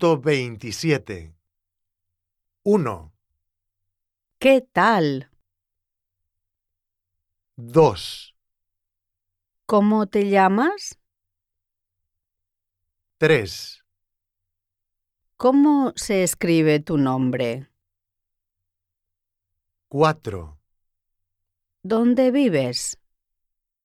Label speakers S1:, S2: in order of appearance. S1: 1.27 1,
S2: ¿Qué tal?
S1: 2,
S2: ¿Cómo te llamas?
S1: 3,
S2: ¿Cómo se escribe tu nombre?
S1: 4,
S2: ¿Dónde vives?